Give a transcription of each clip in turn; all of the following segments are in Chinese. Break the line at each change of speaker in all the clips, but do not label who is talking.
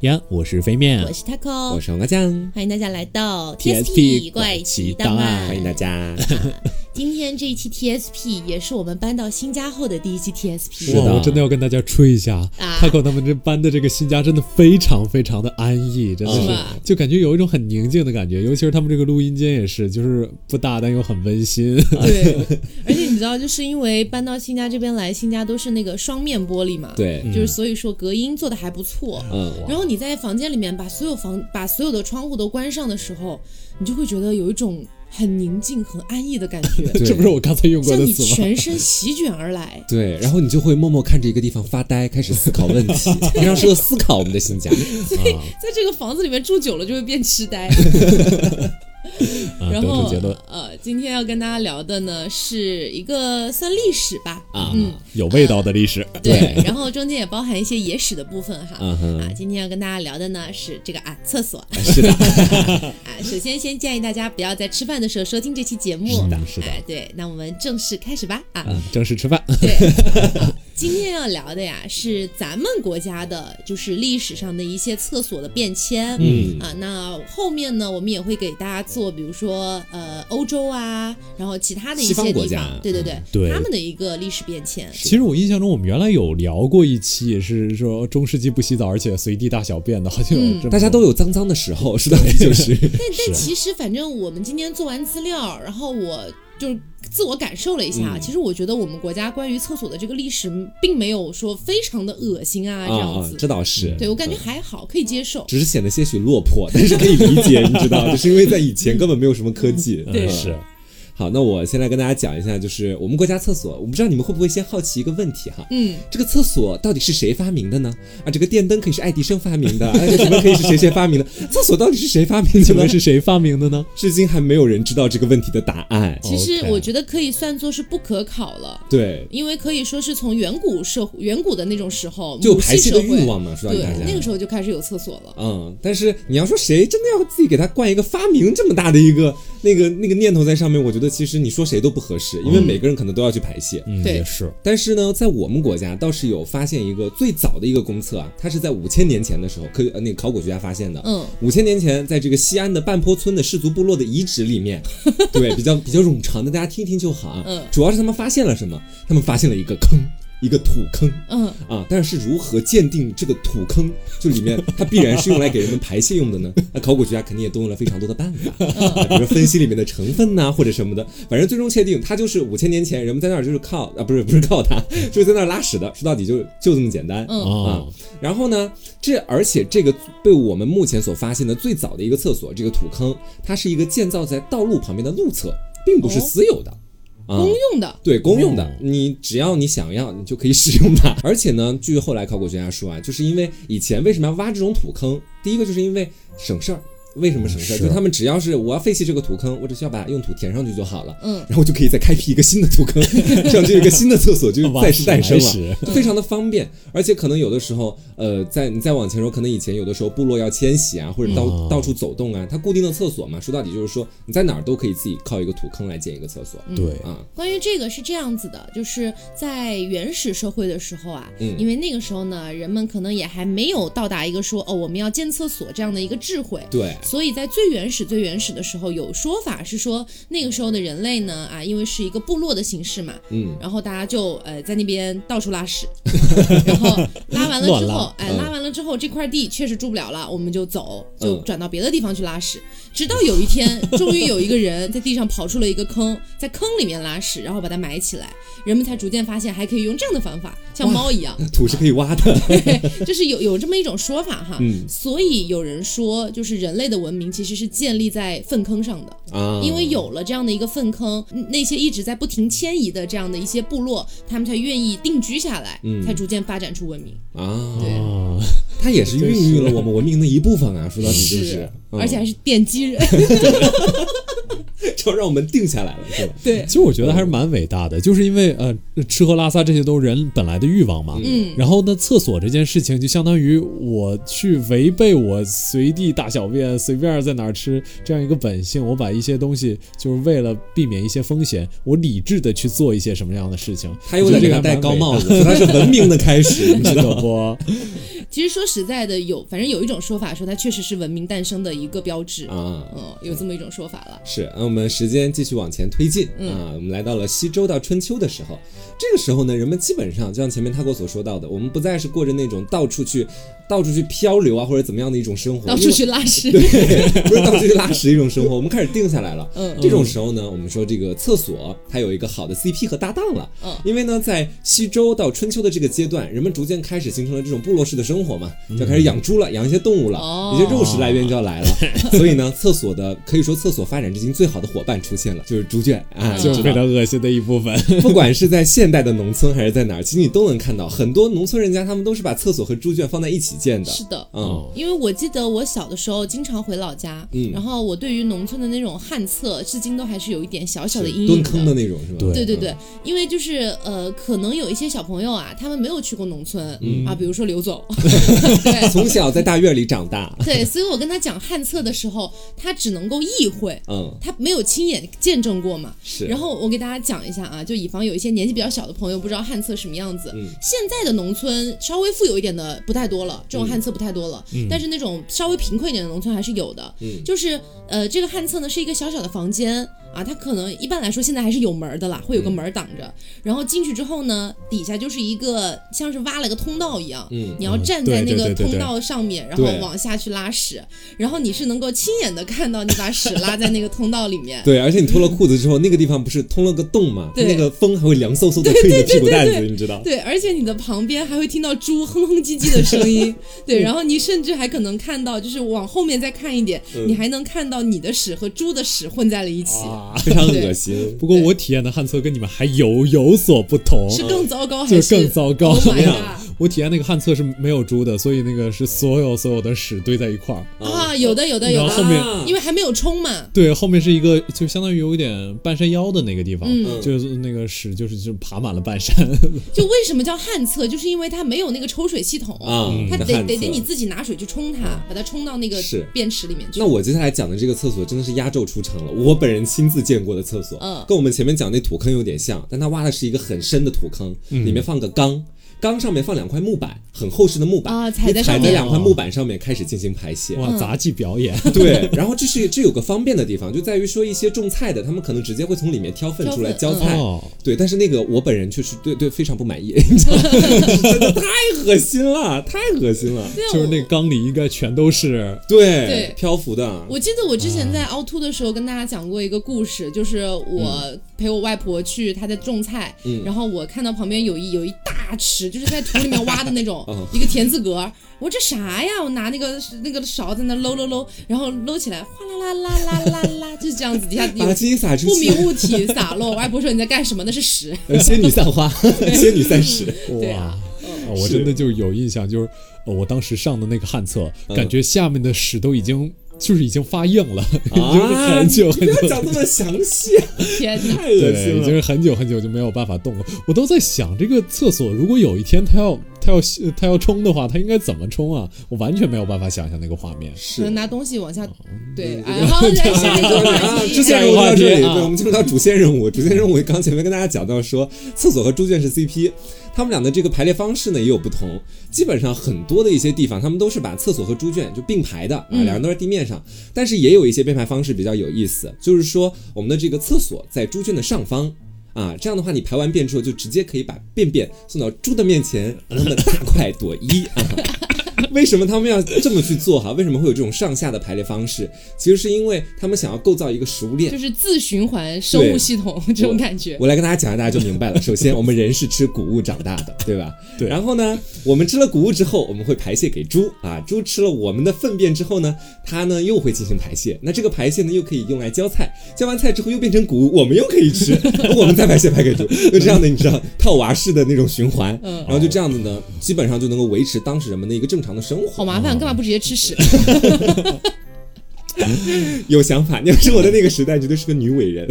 呀，我是飞面，
我是 Taco，
嗯我是黄瓜酱，
欢迎大家来到
TSP
怪奇
档
档
案
案，
欢迎大家。
今天这一期 TSP 也是我们搬到新家后的第一期 TSP。
是的
的
哇
我真的要跟大家吹一下
啊
，Taco 他们这搬的这个新家真的非常非常的安逸，真的
是
是
吧，
就感觉有一种很宁静的感觉，尤其是他们这个录音间也是，就是不大但又很 温馨。
对，而且你知道，就是因为搬到新家这边来，新家都是那个双面玻璃嘛，，
对，
就是所以说隔音做的还不错。
嗯，
然后你在房间里面把所有房把所有的窗户都关上的时候，你就会觉得有一种很宁静、很安逸的感觉，
这不是我刚才用过
像
的
你
词 吗？
全身席卷而来。
对，然后你就会默默看着一个地方发呆，开始思考问 题，非常适合思考我们的新家。
在这个房子里面住久了就会变痴呆。
啊，
然
得出
后
结论
呃，今天要跟大家聊的呢是一个算历史吧，
啊
嗯，
有味道的 历史，
对，然后中间也包含一些野史的部分哈。
嗯
啊
哼，，
今天要跟大家聊的呢是这个啊厕所啊，
是 的，
首先先建议大家不要在吃饭的时候收听这期节目，
是的是的
哎，对，那我们正式开始吧啊，
嗯，正式吃饭，
对、 啊今天要聊的呀是咱们国家的，就是历史上的一些厕所的变迁，
嗯
啊，那后面呢，我们也会给大家做，比如说呃欧洲啊，然后其他的一
西
些
方国
地
家嗯
方，对对对，
对
他们的一个历史变迁，
其实我印象中，我们原来有聊过一期，也是说中世纪不洗澡，而且随地大小便的，好像有
嗯
这么
大家都有脏脏的时候，是的， 就是
但但其实，反正我们今天做完资料，然后我就是自我感受了一
嗯
下，其实我觉得我们国家关于厕所的这个历史，并没有说非常的恶心啊
啊
这样
啊
子，，
这倒是。
对我感觉还好，可以接受。
只是显得些许落魄，但是可以理解，你知道，就是因为在以前根本没有什么科技。啊
对
嗯 是
好，那我先来跟大家讲一下，就是我们国家厕所，我不知道你们会不会先好奇一个问题哈，
嗯，
这个厕所到底是谁发明的呢？啊，这个电灯可以是爱迪生发明的， 啊，这什么可以是谁谁发明的？厕所到底是谁发明的
请 问
呢？
是谁发明的呢？
至今还没有人知道这个问题的答案。
其实
OK
我觉得可以算作是不可考了。
对，
因为可以说是从远古社远古的那种时候，
就有
母系
排泄的
社会
欲望嘛，说到底大
对，那个
家。
时候就开始有厕所了。
嗯，但是你要说谁真的要自己给他冠一个发明这么大的一个那个那个念头在上面，我觉得其实你说谁都不合
嗯
适，因为每个人可能都要去排泄。
嗯，
对
也是，
但是呢，在我们国家倒是有发现一个最早的一个公厕啊，它是在五千年前的时候，科呃那个考古学家发现的。
嗯，
五千年前，在这个西安的半坡村的氏族部落的遗址里 面，对，比较比较冗长的，大家听听就好啊。
嗯
主要是他们发现了什么？他们发现了一个坑，一个土坑
嗯，
啊。但是如何鉴定这个土坑，就里面它必然是用来给人们排泄用 的呢？那考古学家肯定也动用了非常多的办法，啊、
嗯
比如分析里面的成分呐、或者什么的。反正最终确定，它就是五千年前人们在那儿就是靠啊，不是不是靠它，就是在那儿拉屎的。说到底就就这么简单。
嗯
哦，
啊然后呢，这而且这个被我们目前所发现的最早的一个厕所，这个土坑，它是一个建造在道路旁边的路厕，并不是私有的，啊
公用的，
对公用的
哦，
你只要你想要，你就可以使用它。 而且呢，据后来考古学家说啊，就是因为以前为什么要挖这种土坑？第一个就是因为省事儿。为什么省事儿？
是
就他们只要是我要废弃这个土坑，我只需要把用土填上去就好了。
嗯
然后就可以再开辟一个新的土坑，这样就有一个新的厕所就
哇
再次诞生
来
了。
时
就非常的方便，而且可能有的时候，呃，在你再往前说，可能以前有的时候部落要迁徙啊，或者到、
哦
嗯
到处走动啊，它固定的厕所嘛，说到底就是说你在哪儿都可以自己靠一个土坑来建一个厕所
嗯
对，
啊，
关于这个是这样子的，就是在原始社会的时候啊，
嗯
因为那个时候呢，人们可能也还没有到达一个说哦我们要建厕所这样的一个智慧。
对，
所以在最原始、最原始的时候，有说法是说，那个时候的人类呢，啊，因为是一个部落的形式嘛，
嗯，
然后大家就呃在那边到处 拉屎，然后拉完了之
乱
后
拉，
哎，
嗯
拉完了之后这块地确实住不了了，我们就走，就
嗯
转到别的地方去拉屎。直到有一天，终于有一个人在地上刨出了一个坑，在坑里面拉屎，然后把它埋起来，人们才逐渐发现还可以用这样的方法，像猫一样，
土是可以挖 的，
就是有有这么一种说法哈。
嗯
所以有人说，就是人类的文明其实是建立在粪坑上的。
啊，
因为有了这样的一个粪坑，嗯那些一直在不停迁移的这样的一些部落，他们才愿意定居下来，
嗯
才逐渐发展出文明。
啊，
对
哦，
它也是孕育了我们文明的一部分啊，说到底就是是，嗯
而且还是奠基人。
就让我们定下来了，是吧？
对
其，实我觉得还是蛮伟大的，就是因为呃，吃喝拉撒这些都是人本来的欲望嘛。
嗯，
然后呢，厕所这件事情就相当于我去违背我随地大小便、随便在哪儿吃这样一个本性，我把一些东西就是为了避免一些风险，我理智的去做一些什么样的事情。
他又在给他戴高帽子，说他是文明的开始，你知
这
道
个
吗？
不，
其实说实在的，有反正有一种说法说它确实是文明诞生的一个标志，
啊。
嗯，有这么一种说法了。
是，那我们时间继续往前推进、
嗯
啊，我们来到了西周到春秋的时候，这个时候呢，人们基本上就像前面他给我所说到的，我们不再是过着那种到处去、到处去漂流啊或者怎么样的一种生活，
到
因
处
为
去拉屎，
对，不是到处去拉屎一种生活，我们开始定下来了。
嗯
这种时候呢，我们说这个厕所它有一个好的 CP 和搭档了，
嗯
因为呢，在西周到春秋的这个阶段，人们逐渐开始形成了这种部落式的生活嘛，就开始养猪了，养一些动物了，
哦
有些肉食来源就要来了， 所以呢，厕所的可以说厕所发展至今最好的伙伴出现了，就是猪 圈啊，
就是
知
非
道
常恶心的一部分。
不管是在现代的农村还是在哪儿，其实你都能看到很多农村人家他们都是把厕所和猪圈放在一起建的，
是哦的。
嗯，
因为我记得我小的时候经常回老家，
嗯
然后我对于农村的那种旱厕，至今都还是有一点小小的
是
阴
蹲
影
坑的那种是嗯吧？
对
对对对，因为就是呃，可能有一些小朋友啊，他们没有去过农村、
嗯
啊，比如说刘 总， 对
从小在大院里长大，
对，所以我跟他讲旱厕的时候，他只能够意会，
嗯，
他没有亲眼见证过嘛。
是。
然后我给大家讲一下啊，就以防有一些年纪比较小的朋友不知道旱厕什么样子。
嗯
现在的农村稍微富有一点的不太多了，这
嗯
种旱厕不太多了。但是那种稍微贫困一点的农村还是有的。
嗯
就是呃，这个旱厕呢是一个小小的房间啊，它可能一般来说现在还是有门儿的啦，会有个门儿挡着。
嗯
然后进去之后呢，底下就是一个像是挖了个通道一样。
嗯，
你要
嗯
站
对
在那
对
个
对对
通
对
道上面，然后
对
往下去拉屎，然后你是能够亲眼的看到你把屎拉在那个通道里面，
对，而且你脱了裤子之后，那个地方不是通了个洞嘛？它
对
那个风还会凉飕飕的吹你的屁股蛋子，你知道？
对，而且你的旁边还会听到猪哼哼唧唧的声 音，对，然后你甚至还可能看到，就是往后面再看一点，你还能看到你的屎和猪的屎混在了一起，
嗯 啊
非常恶心。
不过我体验的旱厕跟你们还有有所不同，
是更糟糕还
就是哦更糟糕
Oh
怎么
my
样？
god！
我体验那个旱厕是没有猪的，所以那个是所有所有的屎堆在一块儿。
啊，有的有的有
嗯然后后
的，
面
因为还没有冲嘛，
对，后面是一个就相当于有一点半山腰的那个地方，
嗯
就是那个屎就是就爬满了半山。
就为什么叫旱厕，就是因为它没有那个抽水系统，
啊，
它
那
得
旱
得
厕
得你。自己拿水去冲它，把它冲到那个
是
便池里面去
那。我接下来讲的这个厕所真的是压轴出场了，我本人亲自见过的厕所，
嗯
跟我们前面讲那土坑有点像，但它挖的是一个很深的土坑，里面放个缸，缸上面放两块木板，很厚实的木板，
啊踩
你
在
踩
上
在
面
两块木板上面开始进行排泄，
哇，杂技表演，
对，然后这是这有个方便的地方，就在于说一些种菜的，他们可能直接会从里面挑粪出来
挑
浇
粪嗯
菜。
哦，
对，但是那个我本人确实对对非常不 满意，你知道吗真的太恶心了，太恶心了。
对啊
就是
我
那缸里应该全都是。
对，
对
漂浮的，
我记得我之前在凹凸的时候跟大家讲过一个故事，就是我陪我外婆去她在种菜，
嗯
然后我看到旁边有一有一大池，就是在土里面挖的那种
嗯，
一个田字格儿。我说这啥呀？我拿那个那个勺在那搂搂搂，然后搂起来，哗啦啦啦啦啦啦， 就是这样子，底下有
把金撒出
不
去，
明物体洒落。我外婆说你在干什么？那 是屎。
呃仙女散花，仙女散 屎。
对
哇
啊，
哦我真的就是有印象，就是呃我当时上的那个旱厕，感觉下面的屎都已经就是已经发硬了，已经是很久
啊你
很
不要
久，
讲这么详细，
天哪！
太恶
对，
心
已经
了。
是很久很久就没有办法动了。我都在想，这个厕所如果有一天它要它要它要冲的话，它应该怎么冲啊？我完全没有办法想象那个画面。
可能
是。
拿东西往下，对，啊
嗯
然 后再下一个
啊
话，
支
题。
线任务到这里，
下一个话题啊
对，我们进入到主线任务。主线任务刚前面跟大家讲到说，厕所和猪圈是 CP，他们俩的这个排列方式呢也有不同。基本上很多的一些地方，他们都是把厕所和猪圈就并排的啊，
嗯
两人都在地面上。但是也有一些编排方式比较有意思，就是说我们的这个厕所在猪圈的上方。啊，这样的话，你排完便之后，就直接可以把便便送到猪的面前，让它们大快朵颐啊。 为什么他们要这么去做哈？为什么会有这种上下的排列方式？其实是因为他们想要构造一个食物链
就。是自循环生物系统这种感觉。
我来跟大家讲一下，大家就明白了。首先，我们人是吃谷物长大的，对吧？
对
然后呢，我们吃了谷物之后，我们会排泄给猪啊，猪吃了我们的粪便之后呢，它呢又会进行排泄。那这个排泄呢，又可以用来浇菜，浇完菜之后又变成谷物，我们又可以吃，我们再排泄排给猪，就这样的，你知道套娃式的那种循环。
嗯
然后就这样子呢，基本哦上就能够维持当时人们的一个正常的生活
好。麻烦，干嘛不直接吃屎？
有想法。你要是我的那个时代，绝对是个女伟人。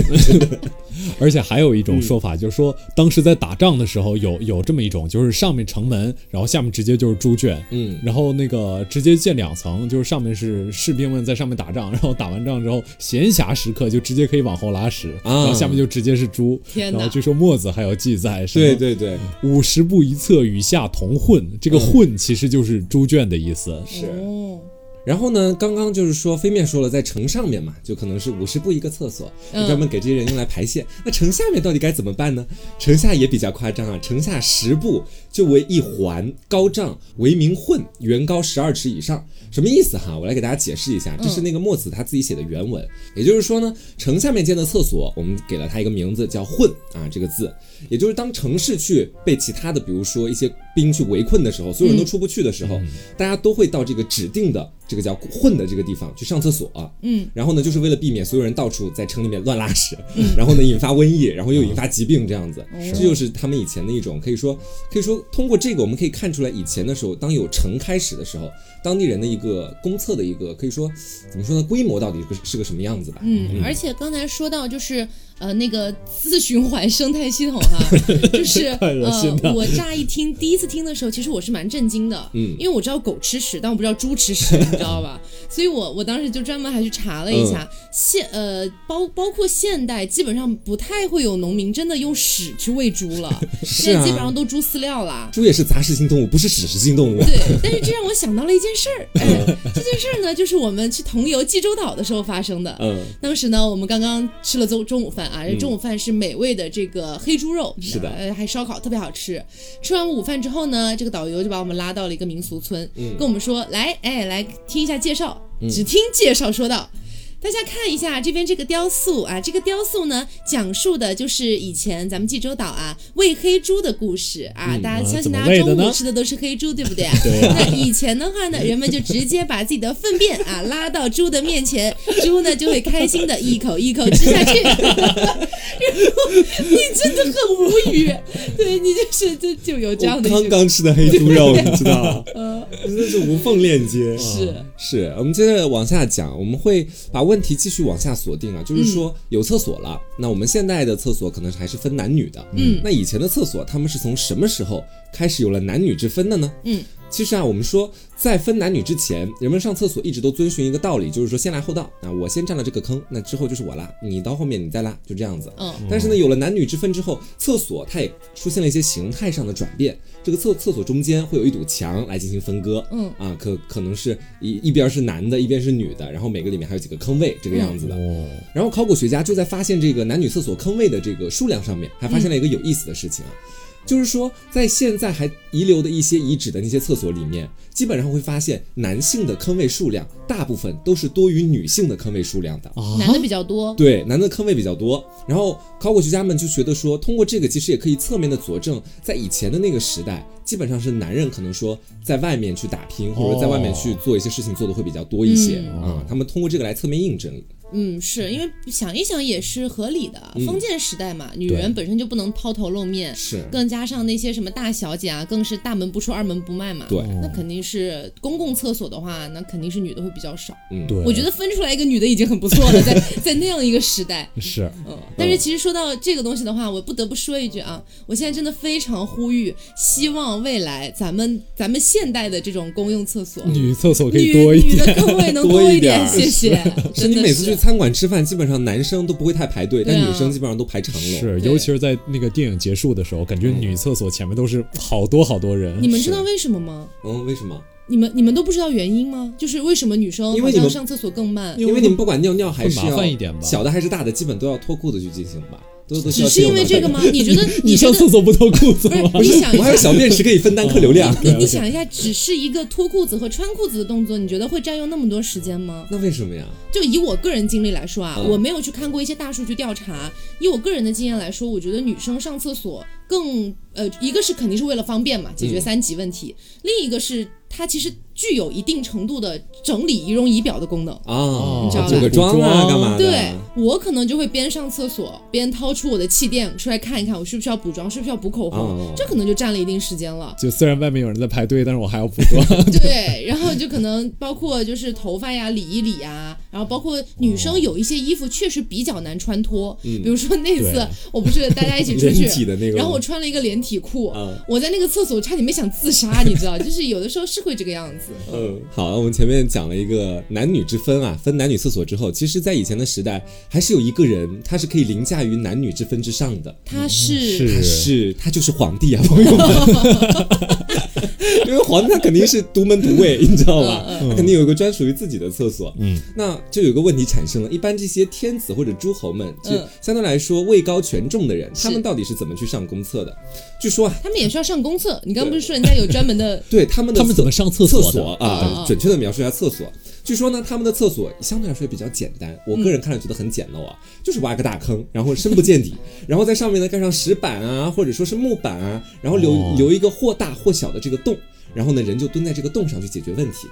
而且还有一种说法，就是说当时在打仗的时候有有这么一种，就是上面城门，然后下面直接就是猪圈，
嗯，
然后那个直接建两层，就是上面是士兵们在上面打仗，然后打完仗之后，闲暇时刻就直接可以往后拉屎，
啊
然后下面就直接是猪。
天
然
哪
后据说墨子还有记载，什么
对对对，
五十步一策，与下同混，这个混其实就是猪圈的意思。
是。
哦，
然后呢，刚刚就是说飞面说了，在城上面嘛，就可能是五十步一个厕所，
嗯
专门给这些人用来排泄。那城下面到底该怎么办呢？城下也比较夸张啊，城下十步就为一环，高丈为名混，原高十二尺以上。什么意思哈？我来给大家解释一下，这是那个墨子他自己写的原文。也就是说呢，城下面建的厕所，我们给了它一个名字叫“混”啊这个字，也就是当城市去被其他的，比如说一些兵去围困的时候，所有人都出不去的时候，大家都会到这个指定的这个叫“混”的这个地方去上厕所、啊
嗯，
然后呢，就是为了避免所有人到处在城里面乱拉屎，
嗯
然后呢引发瘟疫，然后又引发疾病这样子，
哦
这就是他们以前的一种可以说可以说通过这个我们可以看出来，以前的时候当有城开始的时候，当地人的一个公厕的一个可以说怎么说呢，规模到底是个是个什么样子吧？
嗯，而且刚才说到就是呃那个自循环生态系统哈、就是
太恶心了
呃我乍一听第一次听的时候，其实我是蛮震惊的，
嗯
因为我知道狗吃屎，但我不知道猪吃屎，你知道吧？所以我我当时就专门还去查了一下现呃包包括现代基本上不太会有农民真的用屎去喂猪了，
是
现在
啊
基本上都猪饲料啦。
猪也是杂食性动物，不是屎食性动物。
对，但是这让我想到了一件事儿，哎，这件事儿呢，就是我们去同游济州岛的时候发生的。
嗯，
当时呢，我们刚刚吃了中中午饭啊，中午饭是美味的这个黑猪肉，
是的
呃，还烧烤，特别好吃。吃完午饭之后呢，这个导游就把我们拉到了一个民俗村，
嗯
跟我们说，来，哎，来听一下介绍，只听介绍说道。大家看一下这边这个雕塑啊，这个雕塑呢，讲述的就是以前咱们济州岛啊喂黑猪的故事啊。大家
啊
相信
怎么
大
喂
家
的
中
呢
午吃的都是黑猪，对不 对啊？那以前的话呢，人们就直接把自己的粪便啊拉到猪的面前，猪呢就会开心的一口一口吃下去。 然后你真的很无语，对你就是就就有这样
我
的嗯
刚
一个
刚吃的 黑猪肉，你知道，真的是无缝链接。
是
是我们接着往下讲，我们会把问题继续往下锁定啊，就是说有厕所了，那我们现在的厕所可能还是分男女的，
嗯
那以前的厕所他们是从什么时候开始有了男女之分的呢？
嗯，
其实啊，我们说在分男女之前，人们上厕所一直都遵循一个道理，就是说先来后到啊，我先占了这个坑，那之后就是我拉，你到后面你再拉，就这样子。
嗯
但是呢，有了男女之分之后，厕所它也出现了一些形态上的转变。这个厕厕所中间会有一堵墙来进行分割，
嗯
啊，可可能是一一边是男的，一边是女的，然后每个里面还有几个坑位这
嗯
个样子的。
哦，
然后考古学家就在发现这个男女厕所坑位的这个数量上面，还发现了一个有意思的事情啊，就是说在现在还遗留的一些遗址的那些厕所里面，基本上会发现男性的坑位数量大部分都是多于女性的坑位数量的。
啊
男的比较多，
对，男的坑位比较多。然后考古学家们就觉得说，通过这个其实也可以侧面的佐证，在以前的那个时代，基本上是男人可能说在外面去打拼，或者在外面去做一些事情做的会比较多一些啊、
嗯
他们通过这个来侧面印证。
嗯，是因为想一想也是合理的，封建时代嘛，女人本身就不能抛头露面，
是
更加上那些什么大小姐啊，更是大门不出二门不迈嘛。
对，
那肯定是公共厕所的话，那肯定是女的会比较少。
嗯，
对，
我觉得分出来一个女的已经很不错了，在在那样一个时代，
是
嗯。但是其实说到这个东西的话，我不得不说一句啊，我现在真的非常呼吁，希望未来咱们咱们现代的这种公用厕所，
女厕所可以
女
多一
女
点。
的坑位 能
多
多
一
一点，
点
谢谢。
是
真
你
的
每次去
是，
餐馆吃饭，基本上男生都不会太排队，但
对啊
女生基本上都排长龙。
是，
对
尤其是在那个电影结束的时候，感觉女厕所前面都是好多好多人。
你们知道为什么吗？
嗯，为什么？
你们你们都不知道原因吗？就是为什么女生
因
好
为你
像
们
上厕所更慢？
因为你们不管尿尿还是
会麻
要
烦一点吧
小的还是大的，基本都要脱裤子去进行吧，都都需
只
要
是因为
借
这
用
个
马
吗
桶？
你觉得
你
你觉
上
得
厕所不脱裤子 吗？，
不是？你想一
我还有
下
小。便池可以分担客流量
哦
你你
OK
想一下，只是一个脱裤子和穿裤子的动作，你觉得会占用那么多时间吗？
那为什么呀？
就以我个人经历来说啊，
嗯
我没有去看过一些大数据调查。以我个人的经验来说，我觉得女生上厕所
嗯
更呃，一个是肯定是为了方便嘛，解决三级问题；另一个是她其实具有一定程度的整理仪容仪表的功能。
啊
你知道，吧
做个妆
哦
啊，干嘛的？
对我可能就会边上厕所边掏出我的气垫出来看一看，我需不需要补妆，需不需要补口红，
哦
这可能就占了一定时间了。
就虽然外面有人在排队，但是我还要补妆。
对，然后就可能包括就是头发呀理一理啊，然后包括女生有一些衣服确实比较难穿脱，比如说那次
对
我不是大家一起 出
嗯连体
去
的那个，
然后我穿了一个连体裤，
啊，
我在那个厕所我差点没想自杀，你 知道，就是有的时候是会这个样子。
嗯，好，我们前面讲了一个男女之分啊，分男女厕所之后，其实，在以前的时代，还是有一个人，他是可以凌驾于男女之分之上的，
他是
是
他是他就是皇帝啊，朋友们。因为皇帝他肯定是独门独卫，你知道吧？他肯定有一个专属于自己的厕所。嗯，那就有个问题产生了：一般这些天子或者诸侯们，就
嗯
相对来说位高权重的人，他们
是
到底是怎么去上公厕的？据说啊，
他们也需要上公厕，你刚刚不是说人家有专门 的
对他们的
他们怎么上厕
厕
所的？
啊
哦？
准确的描述一下厕所。据说呢，他们的厕所相对来说也比较简单，我个人看了觉得很简陋啊，就是挖个大坑，然后深不见底， 然后在上面呢盖上石板啊，或者说是木板啊，然后留、
哦
留一个或大或小的这个洞，然后呢人就蹲在这个洞上去解决问题。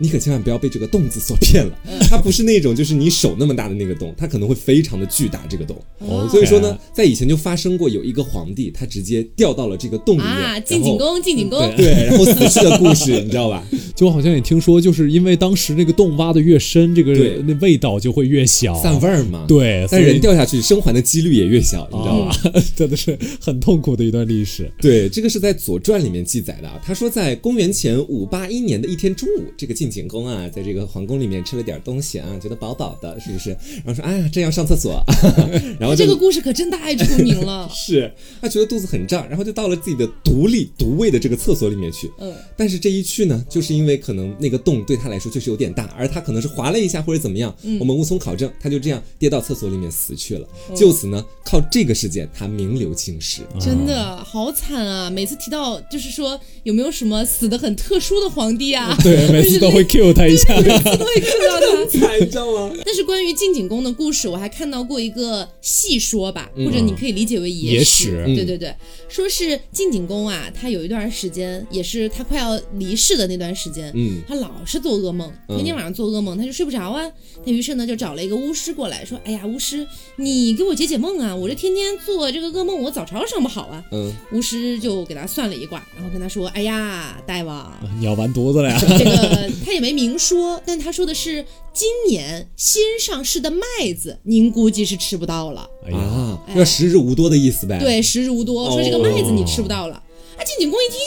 你可千万不要被这个洞字所骗了，
嗯
它不是那种就是你手那么大的那个洞，它可能会非常的巨大这个洞。
哦
所以说呢，在以前就发生过有一个皇帝，他直接掉到了这个洞里面，
啊，进景
然后嗯
宫，进景宫。
对，然后死去的故事，你知 道吧？
就我好像也听说，就是因为当时那个洞挖的越深，这个
对
那味道就会越小，
散味儿嘛。，
对，
但
所以
人掉下去生还的几率也越小，你知道吧？
嗯
啊， 真的是很痛苦的一段历史。
对，这个是在《左传》里面记载的啊。他说，在公元前五八一年的一天中午，这个晋景公啊，在这个皇宫里面吃了点东西啊，觉得饱饱的，是不是？然后说，哎呀，正要上厕所， 然后
他
就，
这个故事可真太出名了
是他觉得肚子很胀，然后就到了自己的独立独卫的这个厕所里面去。
嗯，
但是这一去呢，就是因为可能那个洞对他来说确实有点大，而他可能是滑了一下或者怎么样，我们无从考证，他就这样跌到厕所里面死去了。就此呢，靠这个事件，他名留青史。
真的好惨啊！每次提到就是说有没有什么死的很特殊的皇帝啊，
对，每次都会 cue 他 一下。
每次都会看到他。
惨，你知道吗？
但是关于晋景公的故事，我还看到过一个戏说吧，或者你可以理解为野
野
史
史。
对对对，说是晋景公啊，他有一段时间也是他快要离世的那段时间，
嗯
他老是做噩梦，
嗯
天天晚上做噩梦，他就睡不着啊。他于是呢就找了一个巫师过来说：“哎呀，巫师，你给我解解梦啊！我这天天做这个噩梦，我早朝上不好啊。
嗯，”
巫师就给他算了一卦，然后跟他说：“哎呀，大王，
你要完犊 子了呀！
这个他也没明说，但他说的是今年新上市的麦子，您估计是吃不到了。
哎呀，
啊，
哎
要时日无多的意思呗。，
对，时日无多，说这个
哎哦
麦子你吃不到了。啊，晋景公一听，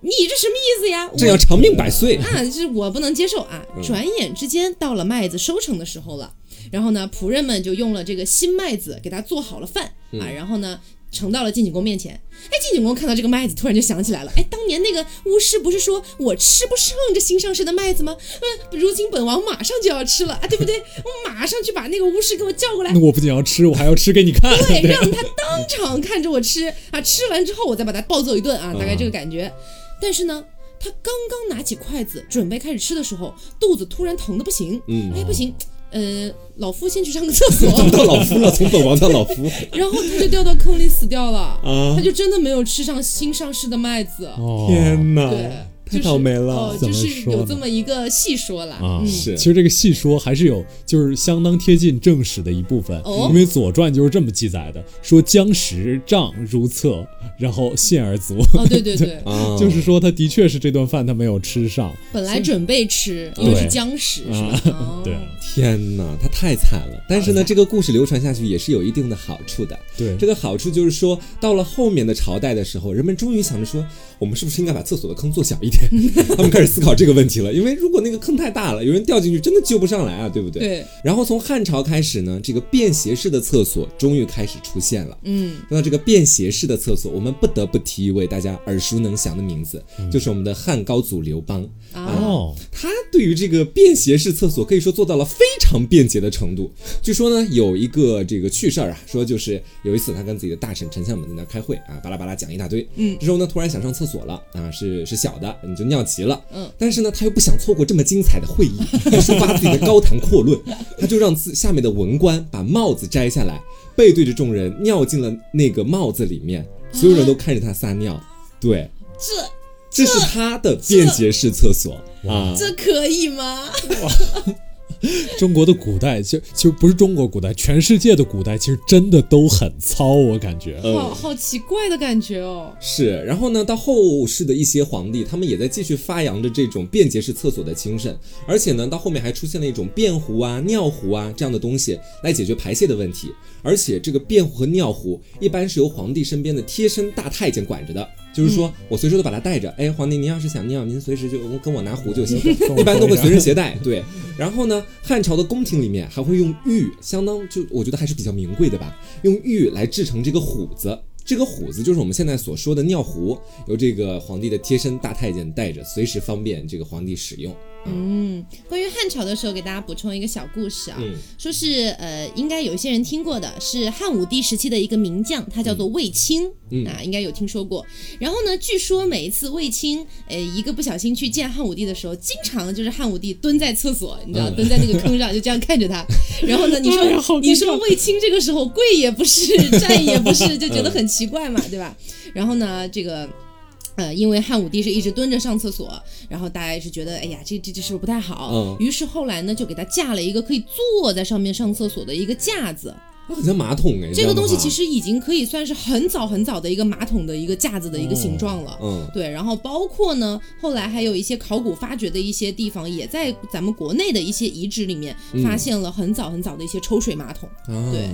你这什么意思呀？
这
我
要长命百岁。
啊，就是我不能接受啊！转眼之间到了麦子收成的时候了，然后呢，仆人们就用了这个新麦子给他做好了饭啊，然后呢。呈到了晋景公面前，哎，晋景公看到这个麦子，突然就想起来了，哎，当年那个巫师不是说我吃不上这新上市的麦子吗？嗯，如今本王马上就要吃了啊，对不对？我马上去把那个巫师给我叫过来
那，我不仅要吃，我还要吃给你看。
对，
对
让他当场看着我吃啊，吃完之后我再把他暴揍一顿啊，大概这个感觉。但是呢，他刚刚拿起筷子准备开始吃的时候，肚子突然疼的不行，
嗯
哎不行，呃，老夫先去上个厕所，
怎么到老夫了？ 从本王到老 夫
然后他就掉到坑里死掉了，
啊
他！就真的没有吃上新上市的麦子，
哦，
天哪
对，
太
就是
倒霉
哦
了。
就
怎么
是
说
有
呢
这么一个细说啦，
啊，
嗯，
是
其实这个戏说还是有，就是相当贴近正史的一部分，
哦
因为《左传》就是这么记载的，说将食杖如厕，然后陷而卒，
哦对对对，
啊，
就是说他的确是这顿饭他没有吃上，
本来准备吃，因为是
对
僵尸是
啊
吧？哦
对
天哪，他太惨了。但是呢，这个故事流传下去也是有一定的好处的。
对，
这个好处就是说，到了后面的朝代的时候，人们终于想着说，我们是不是应该把厕所的坑做小 一点？他们开始思考这个问题了，因为如果那个坑太大了，有人掉进去真的救不上来啊，对不对？。
对，
然后从汉朝开始呢，这个便携式的厕所终于开始出现了。
嗯，
说到这个便携式的厕所，我们不得不提一位大家耳熟能详的名字，就是我们的汉高祖刘邦。
嗯啊，
哦，
他对于这个便携式厕所可以说做到了非常便捷的程度。据说呢，有一个这个趣事儿啊，说就是有一次他跟自己的大臣丞相们在那儿开会啊，巴拉巴拉讲一大堆，
嗯
这时候呢突然想上厕所了啊，是是小的，你就尿急了，
嗯，
但是呢他又不想错过这么精彩的会议，抒发自己的高谈阔论，他就让自下面的文官把帽子摘下来，背对着众人尿进了那个帽子里面，所有人都看着他撒尿，对。这
这
是他的便捷式厕所啊。
这可以吗？
中国的古代就就不是中国古代，全世界的古代其实真的都很糙，我感 觉。
嗯
好好奇怪的感觉哦。
是，然后呢，到后世的一些皇帝，他们也在继续发扬着这种便捷式厕所的精神，而且呢，到后面还出现了一种便壶啊、尿壶啊这样的东西来解决排泄的问题，而且这个便壶和尿壶一般是由皇帝身边的贴身大太监管着的。就是说我随时都把它带着，哎，皇帝您要是想尿，您随时就跟我拿壶就行，一般都会随身携带。对，然后呢，汉朝的宫廷里面还会用玉，相当就我觉得还是比较名贵的吧，用玉来制成这个虎子。这个虎子就是我们现在所说的尿壶，由这个皇帝的贴身大太监带着，随时方便这个皇帝使用。
嗯，关于汉朝的时候，给大家补充一个小故事啊，
嗯
说是呃，应该有一些人听过的，是汉武帝时期的一个名将，他叫做卫青、
嗯
啊，应该有听说过。然后呢，据说每一次卫青呃一个不小心去见汉武帝的时候，经常就是汉武帝蹲在厕所，你知道，蹲在那个坑上就这样看 着他。然后呢，你说、
嗯哎呀好尴尬
你说卫青这个时候跪也不是，站也不是，就觉得很奇怪嘛，
嗯
对吧？然后呢，这个。呃，因为汉武帝是一直蹲着上厕所，然后大家也是觉得，哎呀，这这这是不是不太好？
嗯
于是后来呢，就给他架了一个可以坐在上面上厕所的一个架子。
它很像马桶哎，你知
这
道
个
吗
东西其，实已经可以算是很早很早的一个马桶的一个架子的一个形状了。
嗯
对，然后包括呢，后来还有一些考古发掘的一些地方，也在咱们国内的一些遗址里面
嗯
发现了很早很早的一些抽水马桶。
啊
对。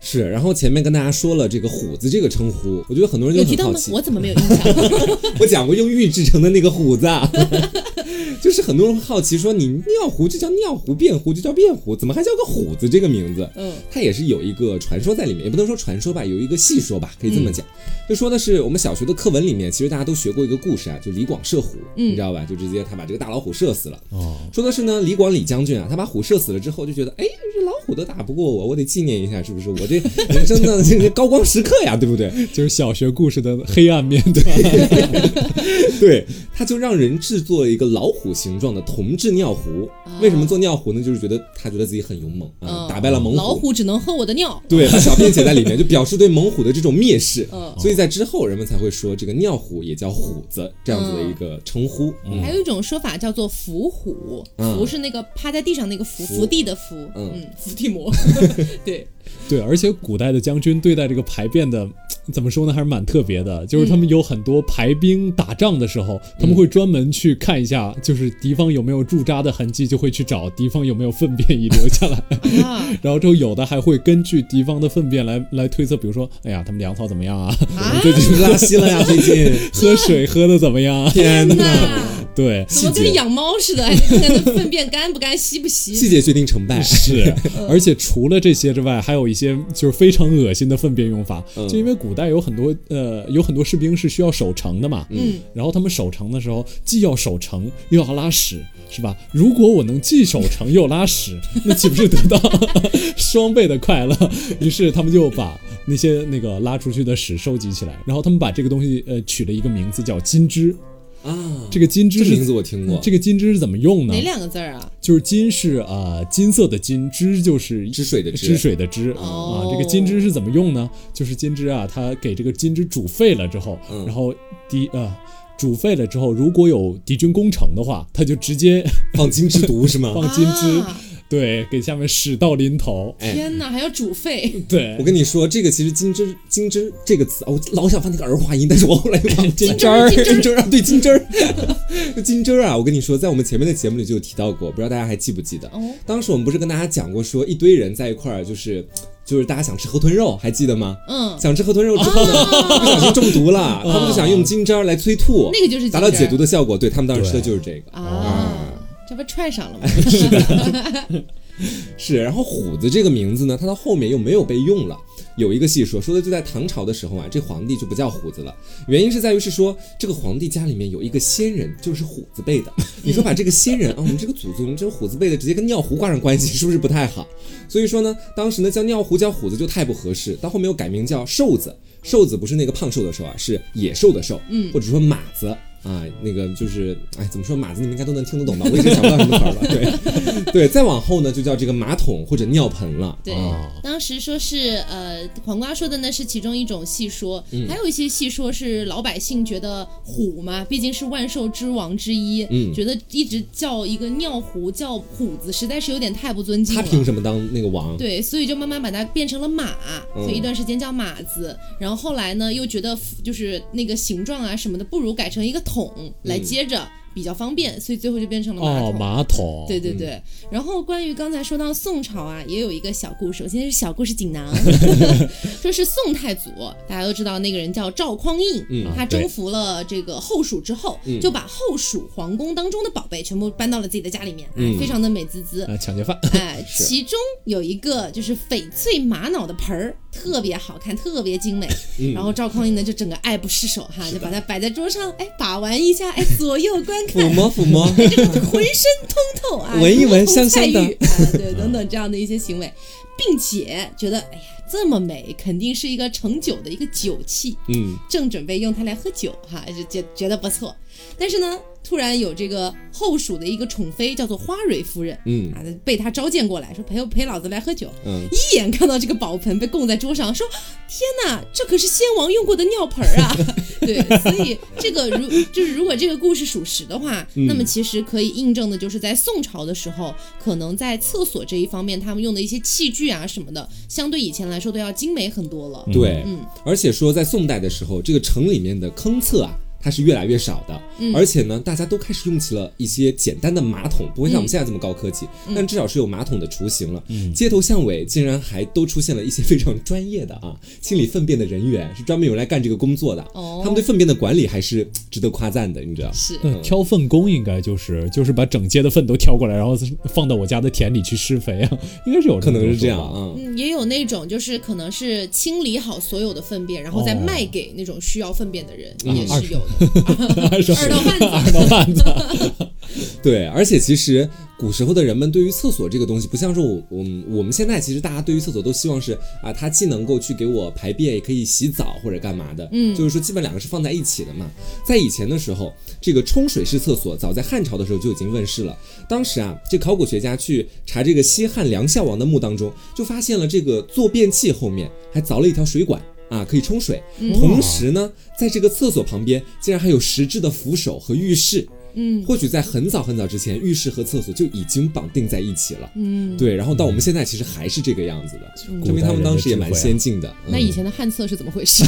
是，然后前面跟大家说了这个“虎子”这个称呼，我觉得很多人
有
就
提
很
到
好
吗
奇。？
我怎么没有印 象？
我讲过用玉制成的那个虎子，啊， 就是很多人会好奇说，你尿壶就叫尿壶，便壶就叫便壶，怎么还叫个虎子这个名字？
嗯，
它也是有一个传说在里面，也不能说传说吧，有一个戏说吧，可以这么讲，就说的是我们小学的课文里面，其实大家都学过一个故事啊，就李广射虎，你知道吧？就直接他把这个大老虎射死了。
哦，
说的是呢，李广李将军啊，他把虎射死了之后，就觉得，哎，这老虎都打不过我，我得纪念一下，是不是？我这人生的这个高光时刻呀，对不对？
就是小学故事的黑暗面，对吧？
对，他就让人制作一个老虎形状的铜制尿壶。为什么做尿壶呢？就是觉得他觉得自己很勇猛啊，
啊嗯
打败了猛虎。
老虎只能喝我的尿。
对，把小便写在里面，就表示对猛虎的这种蔑视。
嗯
所以在之后人们才会说这个尿虎也叫虎子这样子的一个称呼。嗯
还有一种说法叫做伏虎，
嗯
伏是那个趴在地上那个伏，
伏
伏地的伏，
嗯
嗯，伏地魔， 对，
对，而且古代的将军对待这个排便的，怎么说呢，还是蛮特别的。就是他
嗯
们有很多排兵打仗的时候，他们会专门去看一下，就是敌方有没有驻扎的痕迹，就会去找敌方有没有粪便遗留下来。
啊
然后之后有的还会根据敌方的粪便来来推测，比如说，哎呀，他们粮草怎么样啊？
啊！
最近是不是拉稀了呀？最近，
喝水喝的怎么样啊？
天哪！
那
对，
怎么
细节
跟养猫似的， 还得看它粪便干不干、稀不稀
细？节决定成败。
是，啊
嗯
而且除了这些之外，还有一些就是非常恶心的粪便用法。
嗯
就因为古代有很多呃，有很多士兵是需要守城的嘛，
嗯，
然后他们守城的时候既要守城又要拉屎，是吧？如果我能既守城又拉屎，那岂不是得 到双倍的快乐？于是他们就把那些那个拉出去的屎收集起来，然后他们把这个东西呃取了一个名字叫金枝。
嗯
啊，
这个金枝
这
是嗯
名字我听过，
这个金枝是怎么用呢
哪？两个字儿啊？
就是金是呃金色的金，枝就是
汁水的汁
汁水的汁、
哦
啊。这个金枝是怎么用呢？就是金枝啊，它给这个金枝煮沸了之后，
嗯
然后敌呃煮沸了之后，如果有敌军攻城的话，它就直接
放金之毒是吗？
放金枝，
啊
对，给下面屎到临头，
哎
天哪，还要煮 沸，
对
我。跟你说，这个其实“金枝”“金枝”这个词啊，我老想放那个儿化音，但是我后来又忘了。
金
枝儿金枝
金枝儿
儿
啊，对，金枝儿， 金枝儿啊！我跟你说，在我们前面的节目里就有提到过，不知道大家还记不记得？
哦
当时我们不是跟大家讲过，说一堆人在一块儿，就是就是大家想吃河豚肉，还记得吗？
嗯，哦
想吃河豚肉之后呢，不小心中毒了，他们就想用金针儿来催吐，
那个就是金针
达到
儿
解毒的效果。对他们当时吃的就是这个。
啊，这不踹上了吗？
是，然后虎子这个名字呢，它到后面又没有被用了。有一个戏说，说的就在唐朝的时候啊，这皇帝就不叫虎子了，原因是在于是说这个皇帝家里面有一个仙人，就是虎子辈的。你说把这个仙人啊，我们这个祖宗这个虎子辈的直接跟尿壶挂上关系，是不是不太好？所以说呢，当时呢叫尿壶叫虎子就太不合适，到后面又改名叫瘦子。瘦子不是那个胖瘦的瘦啊，是野兽的瘦，嗯，或者说马子。啊，那个就是哎，怎么说马子你们应该都能听得懂吧？我一直想不到什么词儿了。 对对，再往后呢就叫这个马桶或者尿盆了。啊
对
哦，
当时说是呃，黄瓜说的呢是其中一种戏说，还有一些戏说是老百姓觉得虎嘛，毕竟是万兽之王之一，
嗯
觉得一直叫一个尿壶叫虎子，实在是有点太不尊敬
他
了。
凭什么当那个王？
对，所以就慢慢把它变成了马，
嗯
所以一段时间叫马子。然后后来呢，又觉得就是那个形状啊什么的，不如改成一个桶来接着、比较方便，所以最后就变成了马
哦
桶。，
马桶，
对
嗯
对对，然后关于刚才说到宋朝啊，也有一个小故事。我现在是小故事 锦囊，说是宋太祖，大家都知道那个人叫赵匡胤，
嗯
他
对
征服了这个后蜀之后，
嗯
就把后蜀皇宫当中的宝贝全部搬到了自己的家里面，哎
嗯
非常的美滋滋。
啊，抢劫犯，
哎，其中有一个就是翡翠玛瑙的盆儿，特别好看，特别精美。
嗯
然后赵匡胤呢就整个爱不释手哈，就把它摆在桌上，哎，把玩 一下，哎，左右观看
抚，摸抚摸，
浑身通透啊，
闻一闻
如同
香香的
菜玉啊，对， 等等这样的一些行为，并且觉得哎呀这么美，肯定是一个盛酒的一个酒器，
嗯，
正准备用它来喝酒哈，就觉觉得不错。但是呢，突然有这个后蜀的一个宠妃叫做花蕊夫人，
嗯
啊，被他召见过来，说陪我陪老子来喝酒。
嗯，
一眼看到这个宝盆被供在桌上，说：“天哪，这可是先王用过的尿盆儿啊！” 对，所以这个如就是如果这个故事属实的话，
嗯
那么其实可以印证的就是在宋朝的时候，可能在厕所这一方面，他们用的一些器具啊什么的，相对以前来说都要精美很多了。
对，
嗯
而且说在宋代的时候，这个城里面的坑厕啊。它是越来越少的，
嗯
而且呢，大家都开始用起了一些简单的马桶，不会像我
嗯
们现在这么高科技，但至少是有马桶的雏形了。
嗯
街头巷尾竟然还都出现了一些非常专业的啊，清理粪便的人员是专门有人来干这个工作的。
哦
他们对粪便的管理还是嘖值得夸赞的，你知道？
是，
呃挑粪工应该就是就是把整街的粪都挑过来，然后放到我家的田里去施肥啊，应该是有
可能
么
是这样
说吧。
啊。
嗯，也有那种就是可能是清理好所有的粪便，然后再
哦
卖给那种需要粪便的人，
嗯
也
二
是
手
有 的。
二
啊
二道贩子，
二道贩子，
对，而且其实古时候的人们对于厕所这个东西，不像是我我们我们现在其实大家对于厕所都希望是啊，它既能够去给我排便，也可以洗澡或者干嘛的。嗯，就是说基本两个是放在一起的嘛。在以前的时候，这个冲水式厕所早在汉朝的时候就已经问世了。当时啊，这考古学家去查这个西汉梁孝王的墓当中，就发现了这个坐便器后面还凿了一条水管。啊，可以冲水。同时呢，在这个厕所旁边竟然还有石质的扶手和浴室。
嗯
或许在很早很早之前，浴室和厕所就已经绑定在一起了。
嗯，
对，然后到我们现在其实还是这个样子的，
嗯
证明他们当时也蛮先进的。
那
嗯
以前的旱厕是怎么回事？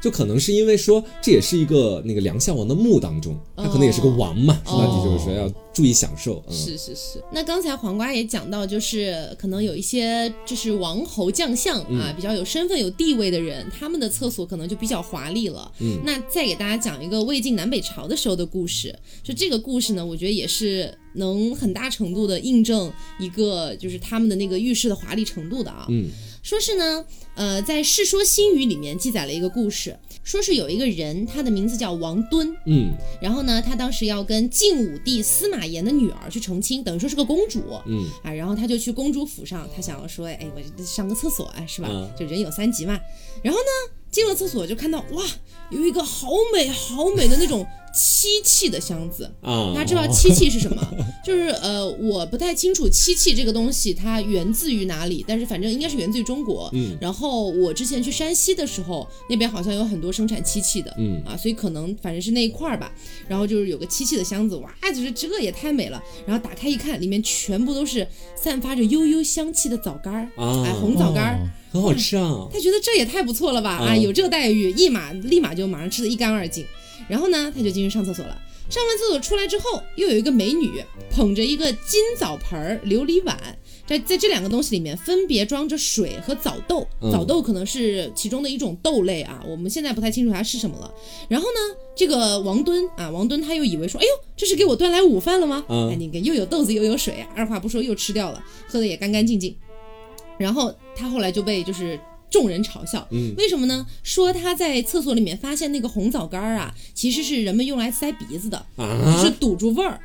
就可能是因为说这也是一个那个梁孝王的墓当中，他可能也是个王嘛，说到底就是说要注意享受。嗯，
是是是。那刚才黄瓜也讲到，就是可能有一些就是王侯将相啊，
嗯
比较有身份、有地位的人，他们的厕所可能就比较华丽了。
嗯
那再给大家讲一个魏晋南北朝的时候的故事，就这个故事呢，我觉得也是能很大程度的印证一个就是他们的那个浴室的华丽程度的啊。
嗯
说是呢，呃，在《世说新语》里面记载了一个故事，说是有一个人，他的名字叫王敦，
嗯
然后呢，她当时要跟晋武帝司马炎的女儿去成亲，等于说是个公主。
嗯
啊，然后她就去公主府上，她想要说，哎，我上个厕所，哎，是吧？
嗯
就人有三急嘛。然后呢，进了厕所就看到，哇，有一个好美好美的那种漆器的箱子。大家
啊，
知道漆器是什么？ 就是呃，我不太清楚漆器这个东西它源自于哪里，但是反正应该是源自于中国。
嗯
然后我之前去山西的时候，那边好像有很多生产漆器的，
嗯
啊，所以可能反正是那一块儿吧。然后就是有个漆器的箱子，哇，就是这个也太美了。然后打开一看，里面全部都是散发着悠悠香气的枣干儿，
啊
哎，红枣干儿。
哦
很好吃啊。
他觉得这也太不错了吧！啊，
嗯
有这个待遇，一马立马就马上吃的一干二净。然后呢，他就进去上厕所了。上完厕所出来之后，又有一个美女捧着一个金枣盆儿、琉璃碗，在在这两个东西里面分别装着水和枣豆，
嗯
枣豆可能是其中的一种豆类啊，我们现在不太清楚它是什么了。然后呢，这个王敦啊，王敦他又以为说，哎呦，这是给我端来午饭了吗？
嗯
哎，你看又有豆子又有水啊，二话不说又吃掉了，喝的也干干净净。然后他后来就被就是众人嘲笑，
嗯
为什么呢？说他在厕所里面发现那个红枣干儿啊，其实是人们用来塞鼻子的，
啊
是，堵住味儿。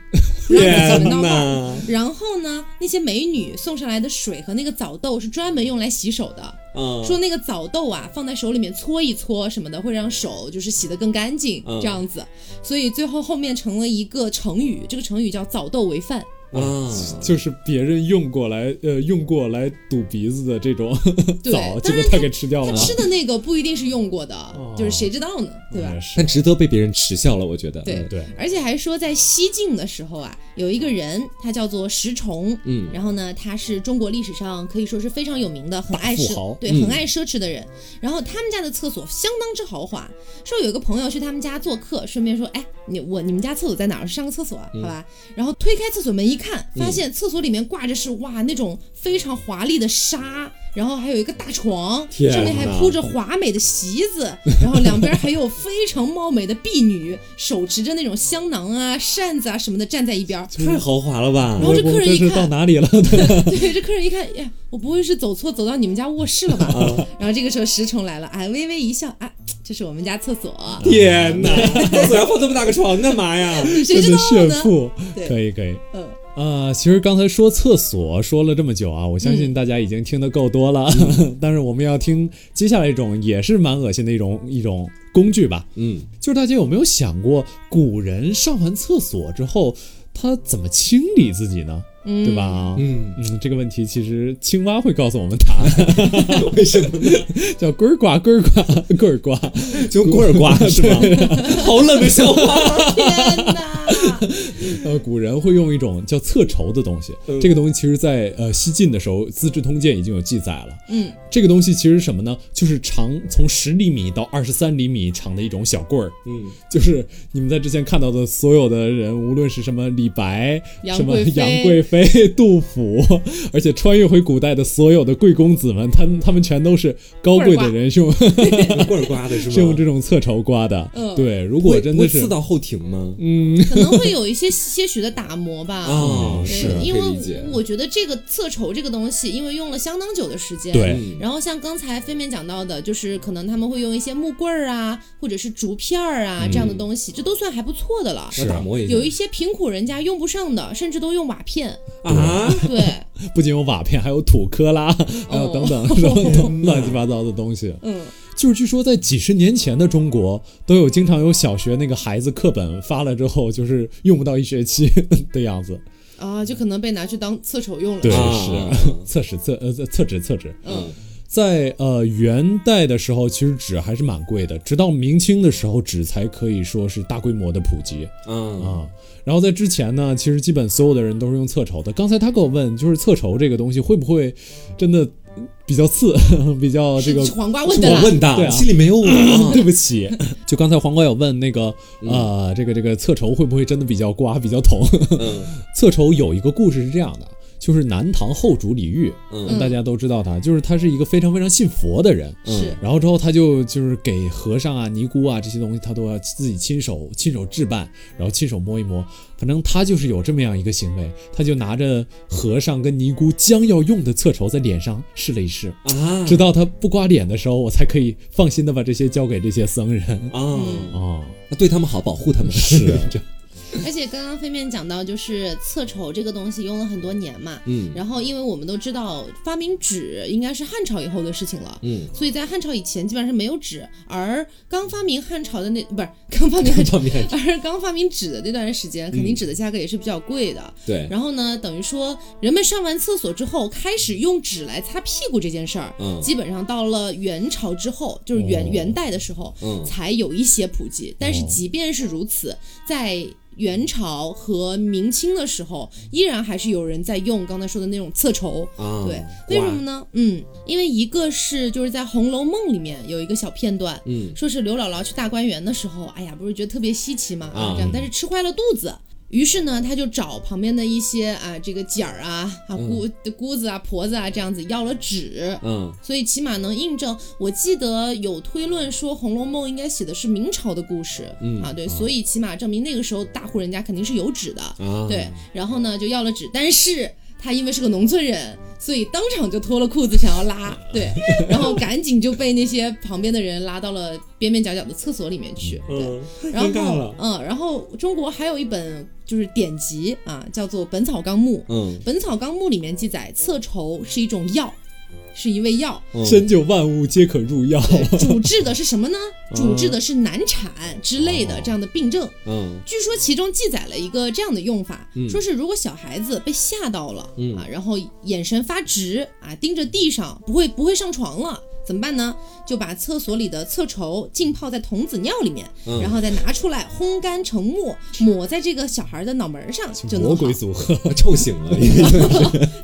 让你
天
怎么闹爆。
哪！
然后呢，那些美女送上来的水和那个枣豆是专门用来洗手的，
嗯，
说那个枣豆啊放在手里面搓一搓什么的，会让手就是洗得更干净、
嗯
这样子。所以最后后面成了一个成语，这个成语叫“枣豆为饭
啊，
就是别人用过来，呃，用过来堵鼻子的这种
对
枣，结
当
果
然
他给吃”。掉
他
了吗？
吃的那个不一定是用过的，
哦
就是谁知道呢，对吧？
也哎是
但值得被别人耻笑了，我觉得。
对
对，
而且还说在西晋的时候啊，有一个人，他叫做石崇，
嗯
然后呢，他是中国历史上可以说是非常有名的，很爱
富豪嗯
奢，对，很爱奢侈的人。然后他们家的厕所相当之豪华，说有一个朋友去他们家做客，顺便说，哎，你我你们家厕所在哪儿？上个厕所啊，
嗯
好吧。然后推开厕所门一看，发现厕所里面挂着是哇那种非常华丽的纱，然后还有一个大床，
天
上面还
哪
铺着华美的席子，然后两边还有非常貌美的婢女，手持着那种香囊啊、扇子啊什么的站在一边儿。
嗯太豪华了吧
然？后这
我
客
我
人
这
一
是
看
到 哪里了？
对，这客人一看，哎呀，我不会是走错走到你们家卧室了吧？
嗯
然后这个时候石崇来了，哎，微微一笑，啊，这是我们家厕所。
天哪，厕所要放这么大个床干嘛呀？
谁知
真
道
的炫
呢？
富，
对
可以可以。
嗯，
啊，其实刚才说厕所说了这么久啊，我相信大家已经听得够多了，
嗯
但是我们要听接下来一种也是蛮恶心的一种一种工具吧，
嗯，
就是大家有没有想过，古人上完厕所之后，他怎么清理自己呢？
嗯
对吧？
嗯，
嗯，这个问题其实青蛙会告诉我们答案，
为什么呢？
叫龟儿呱龟儿呱龟儿呱，
就棍儿刮是 吧？好冷的笑话。
哦天哪！
呃，古人会用一种叫侧筹的东西，
嗯
这个东西其实在呃西晋的时候，《资治通鉴》已经有记载了。
嗯，
这个东西其实是什么呢？就是长从十厘米到二十三厘米长的一种小棍儿，
嗯，
就是你们在之前看到的所有的人，无论是什么李白、
杨
什么
贵妃
杨贵妃、 杜甫，而且穿越回古代的所有的贵公子们，他他们全都是高贵的人，是用
棍儿刮的是吗？
是用这种侧筹刮的。
嗯
对，如
不
果
会
真
不
的
会
是
刺到后庭吗？
嗯，
可能会有一些些许的打磨吧。
啊，
对
是可以
嗯因为
理解。
我觉得这个侧筹这个东西，因为用了相当久的时间，
对
嗯
然后像刚才飞面讲到的，就是可能他们会用一些木棍儿啊，或者是竹片儿啊
嗯
这样的东西，这都算还不错的了。
要打磨一下。
有一些贫苦人家用不上的，甚至都用瓦片。
啊，
对，
不仅有瓦片，还有土坷啦，还有等等这种乱七八糟的东西。
嗯，
就是据说在几十年前的中国，都有经常有小学那个孩子课本发了之后，就是用不到一学期的样子。
啊，就可能被拿去当侧筹用了。
对
啊
厕纸厕呃厕纸厕纸，
嗯，
在呃元代的时候，其实纸还是蛮贵的，直到明清的时候，纸才可以说是大规模的普及
啊，
啊。然后在之前呢，其实基本所有的人都是用侧筹的。刚才他给我问，就是侧筹这个东西会不会真的比较刺， 比较哦这个
是黄瓜问的
我
啦。嗯
问
对
的，
啊
心里没有我啊。
对不起，就刚才黄瓜有问那个呃，这个这个侧筹会不会真的比较刮比较疼？
嗯
侧筹有一个故事是这样的，就是南唐后主李煜，
嗯
大家都知道他，就是他是一个非常非常信佛的人。
是，
然后之后他就就是给和尚啊、尼姑啊这些东西，他都要自己亲手亲手置办，然后亲手摸一摸。反正他就是有这么样一个行为，他就拿着和尚跟尼姑将要用的侧筹在脸上试了一试，
嗯
啊
直到他不刮脸的时候，我才可以放心的把这些交给这些僧人。
啊，
嗯
哦，
对他们好，保护他们
是啊
这
而且刚刚飞面讲到，就是侧筹这个东西用了很多年嘛。
嗯
然后，因为我们都知道发明纸应该是汉朝以后的事情了，
嗯，
所以在汉朝以前基本上是没有纸，而刚发明汉朝的那不是刚发明汉朝，
上面
而刚发明纸的那段时间，肯定纸的价格也是比较贵的。
对，
然后呢，等于说人们上完厕所之后，开始用纸来擦屁股这件事儿，
嗯
基本上到了元朝之后，就是元、
哦
元代的时候，
嗯
才有一些普及。但是即便是如此，在元朝和明清的时候，依然还是有人在用刚才说的那种侧筹。
啊，
对，为什么呢？嗯，因为一个是就是在《红楼梦》里面有一个小片段，
嗯
说是刘姥姥去大观园的时候，哎呀，不是觉得特别稀奇嘛，
啊
这样，但是吃坏了肚子。于是呢，他就找旁边的一些啊，这个姐儿啊、啊姑、姑子啊、婆子啊这样子要了纸，
嗯
所以起码能印证。我记得有推论说，《红楼梦》应该写的是明朝的故事、
嗯
啊，对，所以起码证明那个时候大户人家肯定是有纸的。
啊，
对，然后呢就要了纸，但是他因为是个农村人，所以当场就脱了裤子想要
啊
拉，对，然后赶紧就被那些旁边的人拉到了边边角角的厕所里面去，对，
嗯，
然
尴尬
后
了，
嗯，然后中国还有一本就是典籍啊，叫做《本草纲目》，
嗯
《本草纲目》里面记载，侧畴是一种药，是一味药，
嗯，
深究万物皆可入药。
主治的是什么呢？
嗯
主治的是难产之类的这样的病症。
嗯
据说其中记载了一个这样的用法，
嗯
说是如果小孩子被吓到了、
嗯
啊，然后眼神发直啊，盯着地上不会不会上床了。怎么办呢？就把厕所里的侧畴浸泡在童子尿里面，
嗯
然后再拿出来烘干成沫，抹在这个小孩的脑门上 就能
魔
好
鬼。组合，
我臭醒了，已经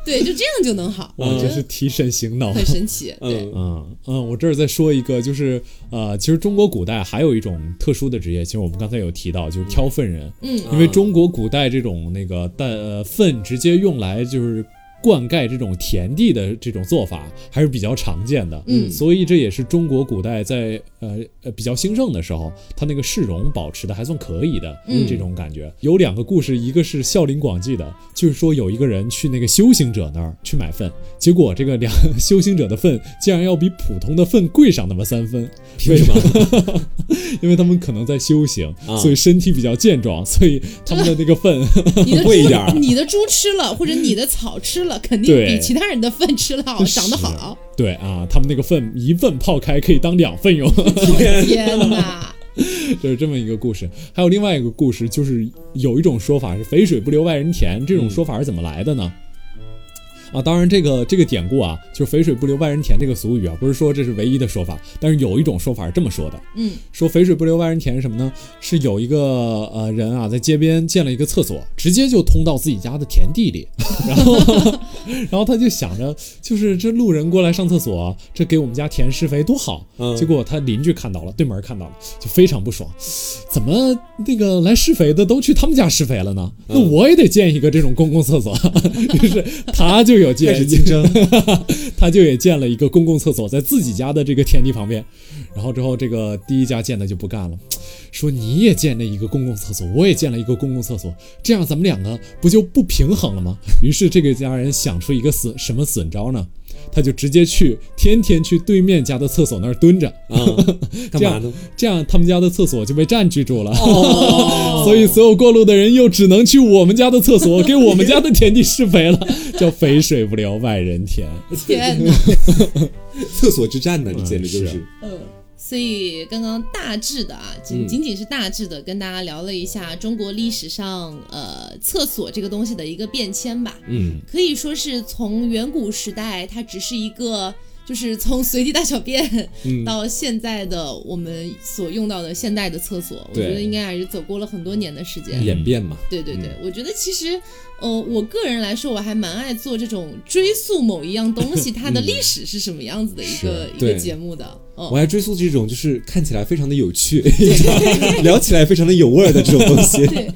对，就这样就能好。
哇，
我觉
真
得
是提神醒脑。
很神奇。嗯对，
嗯
嗯嗯，我这儿再说一个，就是呃，其实中国古代还有一种特殊的职业，其实我们刚才有提到，就是挑粪人。
嗯
因为中国古代这种那个蛋呃粪直接用来就是灌溉这种田地的这种做法还是比较常见的，
嗯
所以这也是中国古代在呃呃比较兴盛的时候，它那个市容保持的还算可以的、
嗯
这种感觉。有两个故事，一个是《孝陵广记》的，就是说有一个人去那个修行者那儿去买粪，结果这个两修行者的粪竟然要比普通的粪贵上那么三分，
凭什么？
因为他们可能在修行，
啊
所以身体比较健壮，所以他们的那个粪。
你的猪
贵一点儿
你的猪吃了或者你的草吃了，肯定
对
比其他人的粪吃了好，
是
长得好。
对啊，他们那个粪一粪泡开可以当两份用，
天哪！
就是这么一个故事。还有另外一个故事，就是有一种说法是“肥水不流外人田”，这种说法是怎么来的呢？啊，当然，这个这个典故啊，就是“肥水不流外人田”这个俗语啊，不是说这是唯一的说法，但是有一种说法是这么说的：
嗯
说“肥水不流外人田”是什么呢？是有一个呃人啊，在街边建了一个厕所，直接就通到自己家的田地里， 然后然后他就想着，就是这路人过来上厕所，这给我们家田施肥多好。
嗯
结果他邻居看到了，对门看到了，就非常不爽，怎么那个来施肥的都去他们家施肥了呢？那
嗯
我也得建一个这种公共厕所。 于是他就有
开
建
始竞争，
他就也建了一个公共厕所，在自己家的这个田地旁边。然后之后，这个第一家建的就不干了，说你也建了一个公共厕所，我也建了一个公共厕所，这样咱们两个不就不平衡了吗？于是这个家人想出一个损什么损招呢？他就直接去天天去对面家的厕所那儿蹲着，
嗯，干
这
嘛
样
呢？
这样他们家的厕所就被占据住了。
哦
所以所有过路的人又只能去我们家的厕所，给我们家的田地施肥 了，叫肥水不流外人田。
天哪！
厕所之战呢，这简直就
嗯是
是，啊
嗯。所以刚刚大致的啊，仅
嗯
仅仅是大致的跟大家聊了一下中国历史上呃厕所这个东西的一个变迁吧，
嗯
可以说是从远古时代它只是一个就是从随地大小便
嗯
到现在的我们所用到的现代的厕所，我觉得
对
应该还是走过了很多年的时间。
演变嘛，
对对对，
嗯
我觉得其实，呃，我个人来说，我还蛮爱做这种追溯某一样 东西它的历史是什么样子的一个、
嗯
一个
对
节目的。
我
嗯，
还追溯这种就是看起来非常的有趣， 聊起来非常的有味儿的这种东西。
对，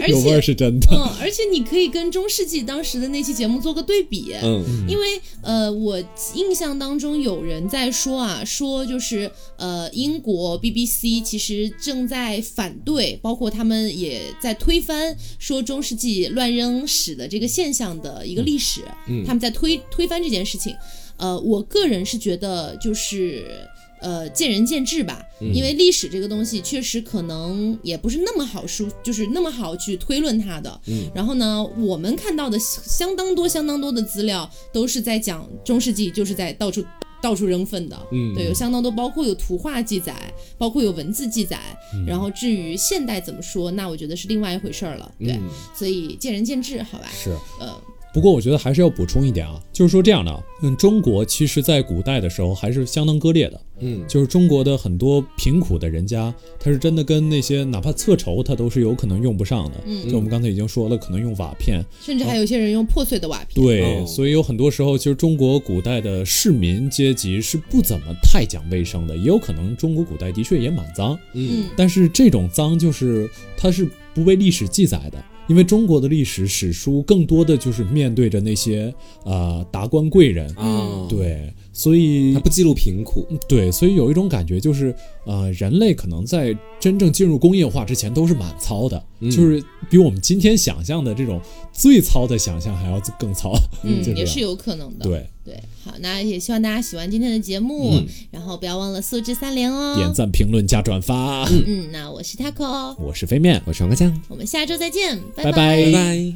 而
有味儿
且，
是真的。
嗯，而且你可以跟中世纪当时的那期节目做个对比。
嗯
因为呃，我印象当中有人在说啊，说就是呃，英国 BBC 其实正在反对，包括他们也在推翻说中世纪乱扔屎的这个现象的一个历史，
嗯
他们在推推翻这件事情。呃，我个人是觉得就是。呃，见仁见智吧，
嗯
因为历史这个东西确实可能也不是那么好说，就是那么好去推论它的。
嗯
然后呢，我们看到的相当多、相当多的资料都是在讲中世纪，就是在到处到处扔粪的。
嗯
对，有相当多，包括有图画记载，包括有文字记载。
嗯
然后至于现代怎么说，那我觉得是另外一回事儿了。对，
嗯
所以见仁见智，好吧？
是，
呃，
不过我觉得还是要补充一点啊，就是说这样的，嗯，中国其实在古代的时候还是相当割裂的，
嗯
就是中国的很多贫苦的人家，他是真的跟那些哪怕侧畴他都是有可能用不上的，嗯
嗯
就我们刚才已经说了，可能用瓦片，
甚至还有些人用破碎的瓦片。
对，
哦
所以有很多时候，其实中国古代的市民阶级是不怎么太讲卫生的，也有可能中国古代的确也蛮脏，
嗯
嗯
但是这种脏就是它是不被历史记载的，因为中国的历史史书更多的就是面对着那些呃达官贵人，
啊，，
哦
对，所以
它不记录贫苦，
对，所以有一种感觉就是，呃，人类可能在真正进入工业化之前都是蛮糙的，
嗯
嗯
就是比我们今天想象的这种最糙的想象还要更糙。
嗯
就，这
也是
样
有可能的。
对，
对，好，那也希望大家喜欢今天的节目，
嗯
然后不要忘了素质三连哦。
点赞、评论、加转发。
嗯，那我是 taco，哦
我是飞面，
我是王个酱，
我们下周再见，拜
拜拜
拜拜。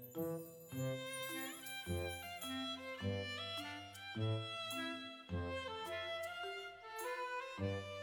Thank you.